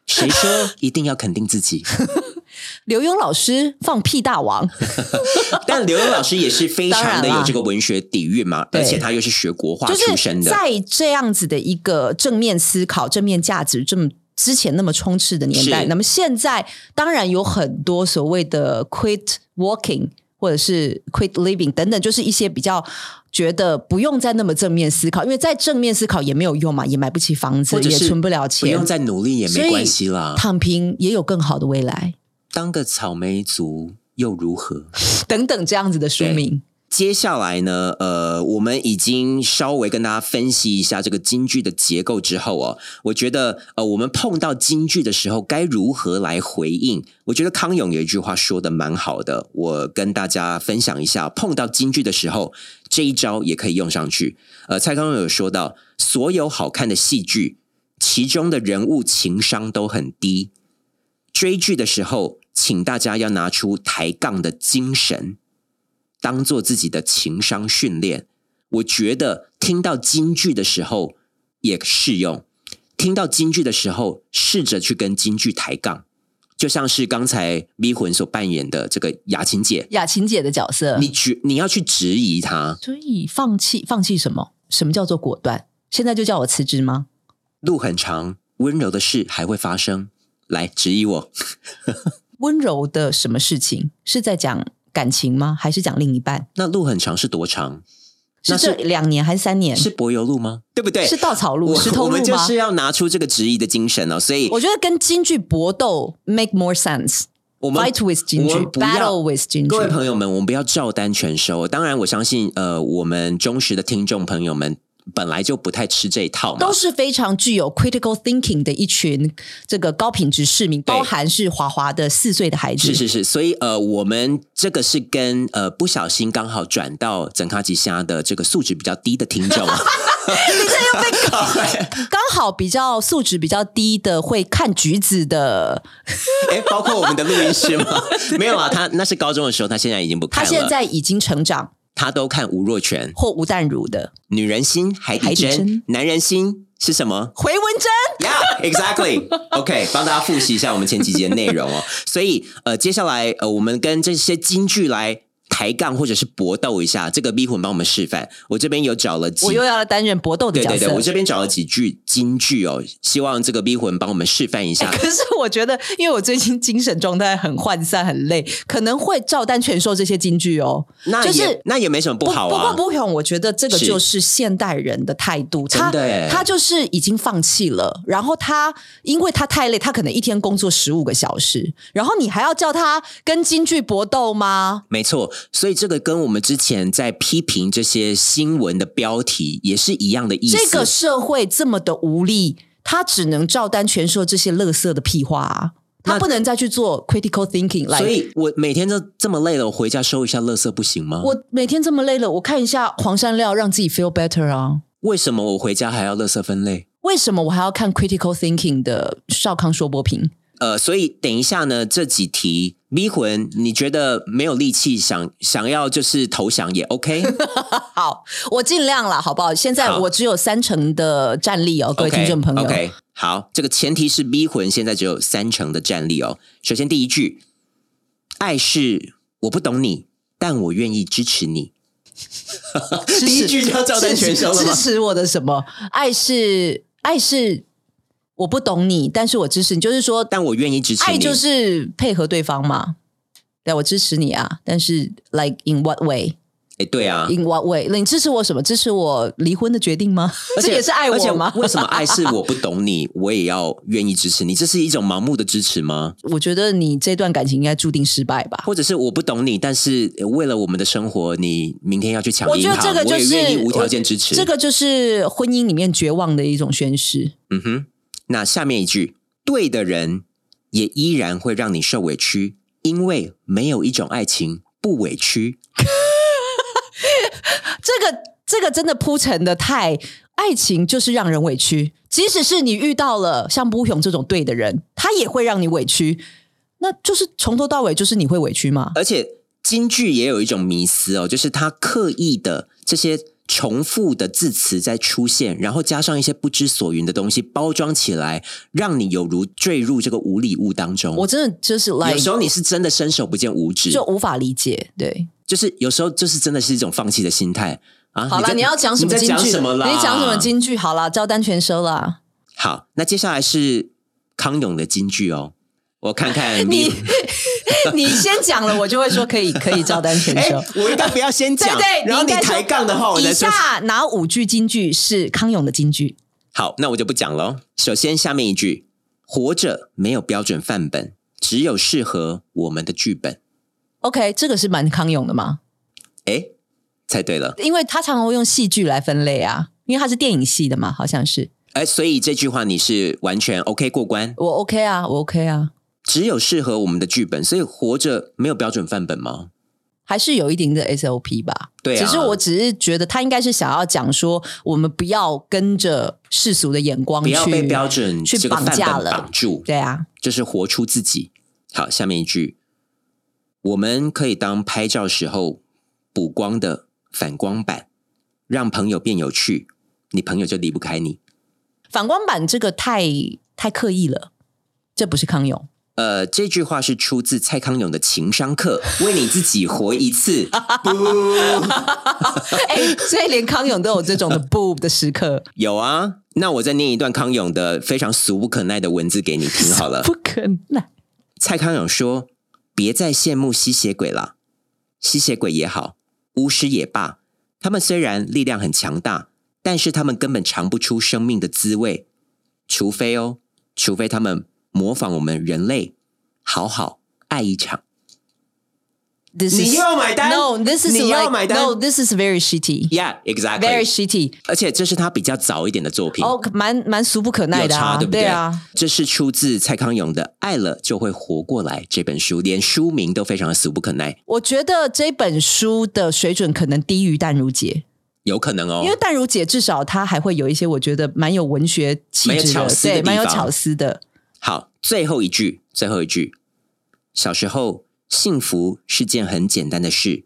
Speaker 1: 谁说一定要肯定自 己？
Speaker 2: 刘墉老师放屁大 王，
Speaker 1: 但刘墉老师也是非常的
Speaker 2: 当然啦
Speaker 1: 有这个文学底蕴嘛，
Speaker 2: 对
Speaker 1: 而且他又是学国画
Speaker 2: 就
Speaker 1: 出
Speaker 2: 是
Speaker 1: 身的。
Speaker 2: 在这样子的一个正面思考、正面价值这么。之前那么充斥的年代，
Speaker 1: 是
Speaker 2: 那么现在当然有很多所谓的 quit walking 或者是 quit living 等等，就是一些比较觉得不用再那么正面思考，因为再正面思考也没有用嘛，也买不起房子，
Speaker 1: 或者
Speaker 2: 也
Speaker 1: 是
Speaker 2: 存不了
Speaker 1: 不
Speaker 2: 钱，
Speaker 1: 用再努力也没关系啦
Speaker 2: 所以。躺平也有更好的未来，
Speaker 1: 当个草莓族又如何？
Speaker 2: 等等这样子的书名。
Speaker 1: 接下来呢，呃，我们已经稍微跟大家分析一下这个京剧的结构之后哦，我觉得呃，我们碰到京剧的时候该如何来回应？我觉得康永有一句话说的蛮好的，我跟大家分享一下，碰到京剧的时候这一招也可以用上去。呃，蔡康永有说到，所有好看的戏剧，其中的人物情商都很低。追剧的时候，请大家要拿出抬杠的精神。当做自己的情商训练。我觉得听到京剧的时候也适用，听到京剧的时候，试着去跟京剧抬杠，就像是刚才咪魂所扮演的这个雅琴姐，
Speaker 2: 雅琴姐的角色，
Speaker 1: 你觉你要去质疑她。
Speaker 2: 所以放弃放弃什么？什么叫做果断？现在就叫我辞职吗？
Speaker 1: 路很长，温柔的事还会发生。来质疑我，
Speaker 2: 温柔的什么事情？是在讲感情吗？还是讲另一半？
Speaker 1: 那路很长是多长？
Speaker 2: 是
Speaker 1: 那
Speaker 2: 这两年还是三年？
Speaker 1: 是柏油路吗？对不对？
Speaker 2: 嗯是稻草路、
Speaker 1: 我
Speaker 2: 石头
Speaker 1: 我
Speaker 2: 路
Speaker 1: 们就
Speaker 2: 吗
Speaker 1: 是？要拿出这个质疑的精神哦。所以
Speaker 2: 我觉得跟京剧搏斗 make more sense。
Speaker 1: 我们
Speaker 2: fight with 京剧
Speaker 1: 我们不要
Speaker 2: ，battle with 京剧。
Speaker 1: 各位朋友们，啊我们不要照单全收。当然，我相信呃，我们忠实的听众朋友们本来就不太吃这一套嘛
Speaker 2: 都。是非常具有 critical thinking 的一群这个高品质市民，
Speaker 1: 对
Speaker 2: 包含是华华的四岁的孩子。
Speaker 1: 是是是，所以呃，我们这个是跟呃不小心刚好转到整卡吉虾的这个素质比较低的听众啊，
Speaker 2: 刚好比较素质比较低的会看橘子的，
Speaker 1: 哎，包括我们的录音师 吗？没有啊，他那是高中的时候，他现在已经不看
Speaker 2: 他
Speaker 1: 了，
Speaker 2: 现在已经成长
Speaker 1: 他都看吴若权，
Speaker 2: 或吴淡如的
Speaker 1: 女人心海底
Speaker 2: 海底
Speaker 1: 针
Speaker 2: 针，
Speaker 1: 男人心是什么？
Speaker 2: 回文针。
Speaker 1: Yeah, exactly. OK，帮大家复习一下我们前几节内容哦。 所以呃，接下来呃，我们跟这些京剧来抬杠或者是搏斗一下。这个逼魂帮我们示范，我这边有找了几
Speaker 2: 我。又要担任搏斗的
Speaker 1: 对
Speaker 2: 角色。
Speaker 1: 对对，我这边找了几句京剧哦，希望这个逼魂帮我们示范 一下。
Speaker 2: 可是我觉得，因为我最近精神状态很涣散、很累，可能会照单全收这些京剧哦。
Speaker 1: 那也、
Speaker 2: 就是
Speaker 1: 那也没什么不好啊。
Speaker 2: 不过不用，我觉得这个
Speaker 1: 是
Speaker 2: 就是现代人的态度，
Speaker 1: 真
Speaker 2: 他
Speaker 1: 的耶
Speaker 2: 他就是已经放弃了。然后他因为他太累，他可能一天工作十五个小时，然后你还要叫他跟京剧搏斗吗？
Speaker 1: 没错，所以这个跟我们之前在批评这些新闻的标题也是一样的意思。
Speaker 2: 这个社会这么的无力，他只能照单全收这些垃圾的屁话、啊，他
Speaker 1: 那
Speaker 2: 不能再去做 critical thinking 来
Speaker 1: 所以我每天都这么累了，我回家收一下垃圾不行吗？
Speaker 2: 我每天这么累了，我看一下黄山料，让自己 feel better 啊。
Speaker 1: 为什么我回家还要垃圾分类？
Speaker 2: 为什么我还要看 critical thinking 的少康说波评？
Speaker 1: 呃，所以等一下呢，这几题迷魂，你觉得没有力气想想要就是投降也 OK？
Speaker 2: 好，我尽量啦，好不好？现在
Speaker 1: 好
Speaker 2: 我只有三成的战力哦，各位
Speaker 1: OK，
Speaker 2: 听众朋友。
Speaker 1: OK，好，这个前提是迷魂现在只有三成的战力哦。首先第一句，爱是我不懂你，但我愿意支持你。
Speaker 2: 支持
Speaker 1: 第一句就要照单全收了
Speaker 2: 支持
Speaker 1: 吗
Speaker 2: 支持我的什么？爱是爱是，我不懂你，但是我支持你。就是说，
Speaker 1: 但我愿意支持你，
Speaker 2: 爱就是配合对方嘛。对，我支持你啊，但是 like in what way？
Speaker 1: 哎，对啊，
Speaker 2: In what way？你支持我什么？支持我离婚的决定吗？
Speaker 1: 而
Speaker 2: 这
Speaker 1: 且
Speaker 2: 也是爱
Speaker 1: 而且
Speaker 2: 我吗？
Speaker 1: 为什么爱是我不懂你，我也要愿意支持你？这是一种盲目的支持吗？
Speaker 2: 我觉得你这段感情应该注定失败吧。
Speaker 1: 或者是我不懂你，但是呃为了我们的生活，你明天要去抢
Speaker 2: 我
Speaker 1: 银
Speaker 2: 觉
Speaker 1: 行，
Speaker 2: 得这个就
Speaker 1: 我也愿意
Speaker 2: 是
Speaker 1: 无条件支持。
Speaker 2: 这，个就是婚姻里面绝望的一种宣誓。
Speaker 1: 嗯哼。那下面一句，对的人也依然会让你受委屈，因为没有一种爱情不委屈。
Speaker 2: 这个这个真的铺陈的太，爱情就是让人委屈。即使是你遇到了像布勇这种对的人，他也会让你委屈。那就是从头到尾就是你会委屈吗？
Speaker 1: 而且京剧也有一种迷思哦，就是他刻意的这些重复的字词在出现，然后加上一些不知所云的东西包装起来，让你有如坠入这个无礼物当中。
Speaker 2: 我真的就是来
Speaker 1: 有时候你是真的伸手不见五指，
Speaker 2: 就无法理解。对，
Speaker 1: 就是有时候就是真的是一种放弃的心态啊。
Speaker 2: 好了，
Speaker 1: 在
Speaker 2: 你要讲什么
Speaker 1: 你在
Speaker 2: 京
Speaker 1: 讲
Speaker 2: 剧？
Speaker 1: 什么啦？
Speaker 2: 你讲什么？京剧？好了，照单全收啦。
Speaker 1: 好，那接下来是康永的京剧哦，我看看
Speaker 2: 你 你先讲了，我就会说可以，可以照单全 收。
Speaker 1: 哎我应该不要先
Speaker 2: 对
Speaker 1: 讲，
Speaker 2: 对，
Speaker 1: 然后
Speaker 2: 应
Speaker 1: 你
Speaker 2: 该说
Speaker 1: 抬杠的话，我
Speaker 2: 以
Speaker 1: 再说。
Speaker 2: 下哪五句金句是康永的金句？
Speaker 1: 好，那我就不讲喽。首先，下面一句：活着没有标准范本，只有适合我们的剧本。
Speaker 2: OK，这个是蛮康永的嘛，
Speaker 1: 哎，猜对了。
Speaker 2: 因为他常常会用戏剧来分类啊，因为他是电影系的嘛，好像是
Speaker 1: 哎，所以这句话你是完全 OK 过关，
Speaker 2: 我 OK 啊，我 OK 啊，
Speaker 1: 只有适合我们的剧本，所以活着没有标准范本吗？
Speaker 2: 还是有一定的 SOP 吧。
Speaker 1: 对啊
Speaker 2: 只是我只是觉得他应该是想要讲说，我们不要跟着世俗的眼光
Speaker 1: 不
Speaker 2: 去
Speaker 1: 要被标准
Speaker 2: 去
Speaker 1: 这个
Speaker 2: 绑
Speaker 1: 范本
Speaker 2: 架了
Speaker 1: 绑住，
Speaker 2: 对啊，
Speaker 1: 就是活出自己。好，下面一句，我们可以当拍照时候补光的反光板，让朋友变有趣，你朋友就离不开你。
Speaker 2: 反光板这个太太刻意了，这不是康永。
Speaker 1: 呃，这句话是出自蔡康永的情商课，为你自己活一 次。哦
Speaker 2: 哎、所以连康永都有 这种的 boob 的时刻，
Speaker 1: 有啊，那我再念一段康永的非常俗不可耐的文字给你听好 了。
Speaker 2: 不可能。
Speaker 1: 蔡康永说：“别再羡慕吸血鬼了，吸血鬼也好，巫师也罢，他们虽然力量很强大，但是他们根本尝不出生命的滋味，除非哦，除非他们模仿我们人类，好好爱一场。
Speaker 2: This
Speaker 1: 你
Speaker 2: is
Speaker 1: 又要买单
Speaker 2: No, this is
Speaker 1: 你又要
Speaker 2: like
Speaker 1: 买单
Speaker 2: No, this is very shitty,
Speaker 1: Yeah,
Speaker 2: very
Speaker 1: exactly.
Speaker 2: shitty.
Speaker 1: 而且这是他比较早一点的作品。
Speaker 2: 哦，蛮蛮俗不可耐
Speaker 1: 嗯有
Speaker 2: 的
Speaker 1: 差，
Speaker 2: 啊，
Speaker 1: 对不
Speaker 2: 对啊。
Speaker 1: 这是出自蔡康永的《爱了就会活过来》这本书，连书名都非常的俗不可耐，
Speaker 2: 我觉得这本书的水准可能低于淡如姐，
Speaker 1: 有可能哦
Speaker 2: 因为。淡如姐至少她还会有一些我觉得蛮有文学气
Speaker 1: 蛮有
Speaker 2: 质
Speaker 1: 巧
Speaker 2: 的，
Speaker 1: 思的
Speaker 2: 对，
Speaker 1: 地
Speaker 2: 蛮有
Speaker 1: 方
Speaker 2: 巧思的。
Speaker 1: 好，最后一句，最后一句，小时候幸福是件很简单的事，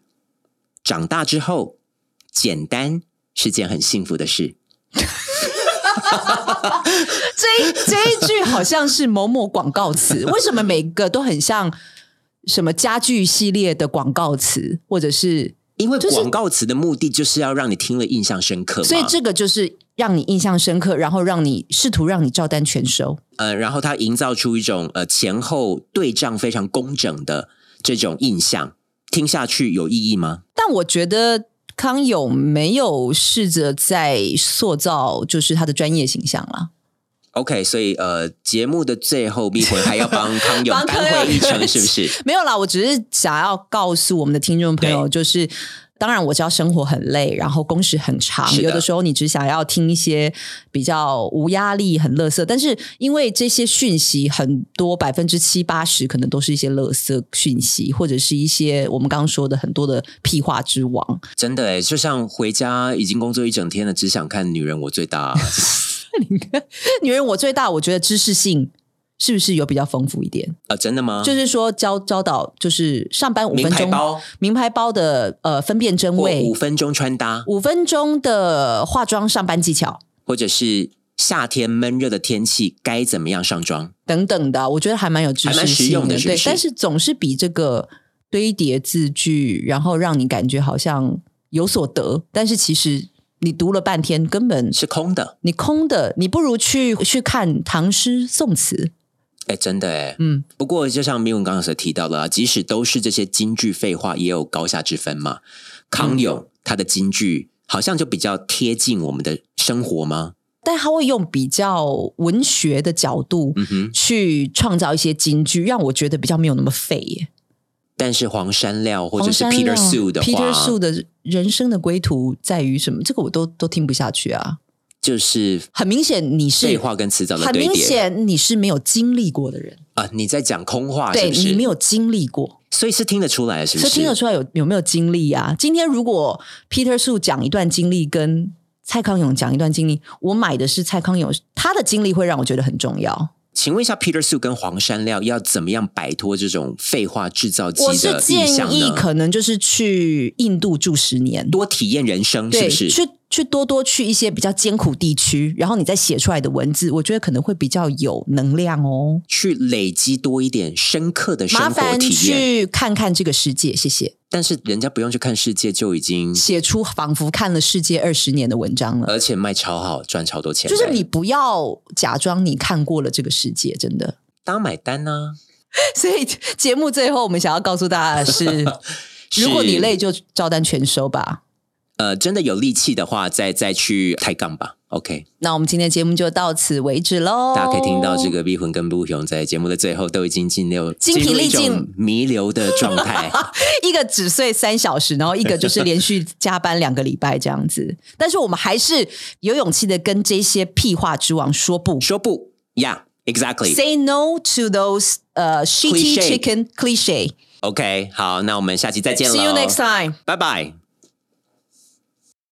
Speaker 1: 长大之后，简单是件很幸福的事。
Speaker 2: 这一这一句好像是某某广告词，为什么每个都很像什么家具系列的广告词，或者是
Speaker 1: 因为
Speaker 2: 就是
Speaker 1: 广告词的目的就是要让你听了印象深刻嘛，
Speaker 2: 所以这个就是让你印象深刻，然后让你试图让你照单全收。
Speaker 1: 呃，然后它营造出一种呃前后对仗非常工整的这种印象，听下去有意义吗？
Speaker 2: 但我觉得康永没有试着在塑造就是他的专业形象啦。
Speaker 1: OK，所以呃，节目的最后，碧魂还要 帮康永
Speaker 2: 帮康
Speaker 1: 扳回
Speaker 2: 永
Speaker 1: 一城，是不是？
Speaker 2: 没有啦，我只是想要告诉我们的听众朋友，就是当然我知道生活很累，然后工时很长，
Speaker 1: 是的
Speaker 2: 有的时候你只想要听一些比较无压力、很乐色，但是因为这些讯息很多，百分之七八十可能都是一些乐色讯息，或者是一些我们刚刚说的很多的屁话之王。
Speaker 1: 真的诶，就像回家已经工作一整天了，只想看《女人我最大、 啊》
Speaker 2: 女人我最大，我觉得知识性。是不是有比较丰富一点？
Speaker 1: 呃，真的吗？
Speaker 2: 就是是说教教导，就是上班五
Speaker 1: 名
Speaker 2: 分
Speaker 1: 牌
Speaker 2: 钟，
Speaker 1: 包
Speaker 2: 名牌包的呃分辨真
Speaker 1: 或
Speaker 2: 伪，
Speaker 1: 五分钟穿搭，
Speaker 2: 五分钟的化妆上班技巧
Speaker 1: 或者是夏天闷热的天气该怎么样上妆？
Speaker 2: 等等的，啊我觉得还蛮有知
Speaker 1: 还
Speaker 2: 识
Speaker 1: 蛮实
Speaker 2: 性
Speaker 1: 用的是不
Speaker 2: 对
Speaker 1: 是，
Speaker 2: 但是总是比这个堆叠字句，然后让你感觉好像有所得，但是其实你读了半天，根本
Speaker 1: 是空的，
Speaker 2: 你空的，你不如去去看唐诗宋词。
Speaker 1: 哎，真的哎。
Speaker 2: 嗯，
Speaker 1: 不过就像明文刚刚所提到的、啊，即使都是这些京剧废话，也有高下之分嘛。
Speaker 2: 嗯
Speaker 1: 康永、他的京剧好像就比较贴近我们的生活吗？
Speaker 2: 但他会用比较文学的角度
Speaker 1: 嗯哼。
Speaker 2: 去创造一些金句，让我觉得比较没有那么废耶。
Speaker 1: 但是黄山料或者
Speaker 2: 黄
Speaker 1: 是
Speaker 2: 山料
Speaker 1: Peter Sue 的话
Speaker 2: ，Peter Sue 的人生的归途在于什么？这个我都都听不下去啊。
Speaker 1: 就是
Speaker 2: 很明显你
Speaker 1: 废
Speaker 2: 是
Speaker 1: 话跟词藻的
Speaker 2: 很
Speaker 1: 堆
Speaker 2: 明
Speaker 1: 叠
Speaker 2: 显你是没有经历过的人，
Speaker 1: 啊，你在讲空话是
Speaker 2: 对
Speaker 1: 不
Speaker 2: 你没
Speaker 1: 是？
Speaker 2: 有经历过，
Speaker 1: 所以是听得出来，是不
Speaker 2: 所
Speaker 1: 是？
Speaker 2: 以听得出来有有没有经历啊？今天如果 Peter 树讲一段经历跟蔡康永讲一段经历，我买的是蔡康永他的经历，会让我觉得很重要。
Speaker 1: 请问一下，Peter Sue 跟黄山料要怎么样摆脱这种废话制造机
Speaker 2: 我是
Speaker 1: 的意
Speaker 2: 建
Speaker 1: 象
Speaker 2: 议
Speaker 1: 呢？
Speaker 2: 可能就是去印度住十年，
Speaker 1: 多体验人生，是
Speaker 2: 对，
Speaker 1: 不是？
Speaker 2: 去去多多去一些比较艰苦地区，然后你再写出来的文字，我觉得可能会比较有能量哦。
Speaker 1: 去累积多一点深刻的
Speaker 2: 麻
Speaker 1: 生活
Speaker 2: 烦
Speaker 1: 体验，
Speaker 2: 去看看这个世界，谢谢。
Speaker 1: 但是人家不用去看世界就已经，
Speaker 2: 写出仿佛看了世界二十年的文章了。
Speaker 1: 而且卖超好，赚超多钱，
Speaker 2: 就是你不要假装你看过了这个世界，真的。
Speaker 1: 当买单呢、啊
Speaker 2: 所以节目最后我们想要告诉大家 的是，
Speaker 1: 是
Speaker 2: 如果你累就照单全收吧。
Speaker 1: 呃，真的有力气的话，再再去抬杠吧。OK，
Speaker 2: 那我们今天节目就到此为止喽。
Speaker 1: 大家可以听到这个逼魂跟不雄在节目的最后都已经进入
Speaker 2: 精疲力尽
Speaker 1: 进入一种弥留的状 态。
Speaker 2: 一个只睡三小时，然后一个就是连续加班两个礼拜这样子。 但是我们还是有勇气的跟这些屁话之王说不
Speaker 1: 说不，Yeah，exactly。
Speaker 2: ，Say no to those 呃、shitty
Speaker 1: Cliche
Speaker 2: chicken cliche。
Speaker 1: OK，好，那我们下期再见
Speaker 2: See
Speaker 1: 喽。
Speaker 2: you next time.
Speaker 1: 拜拜。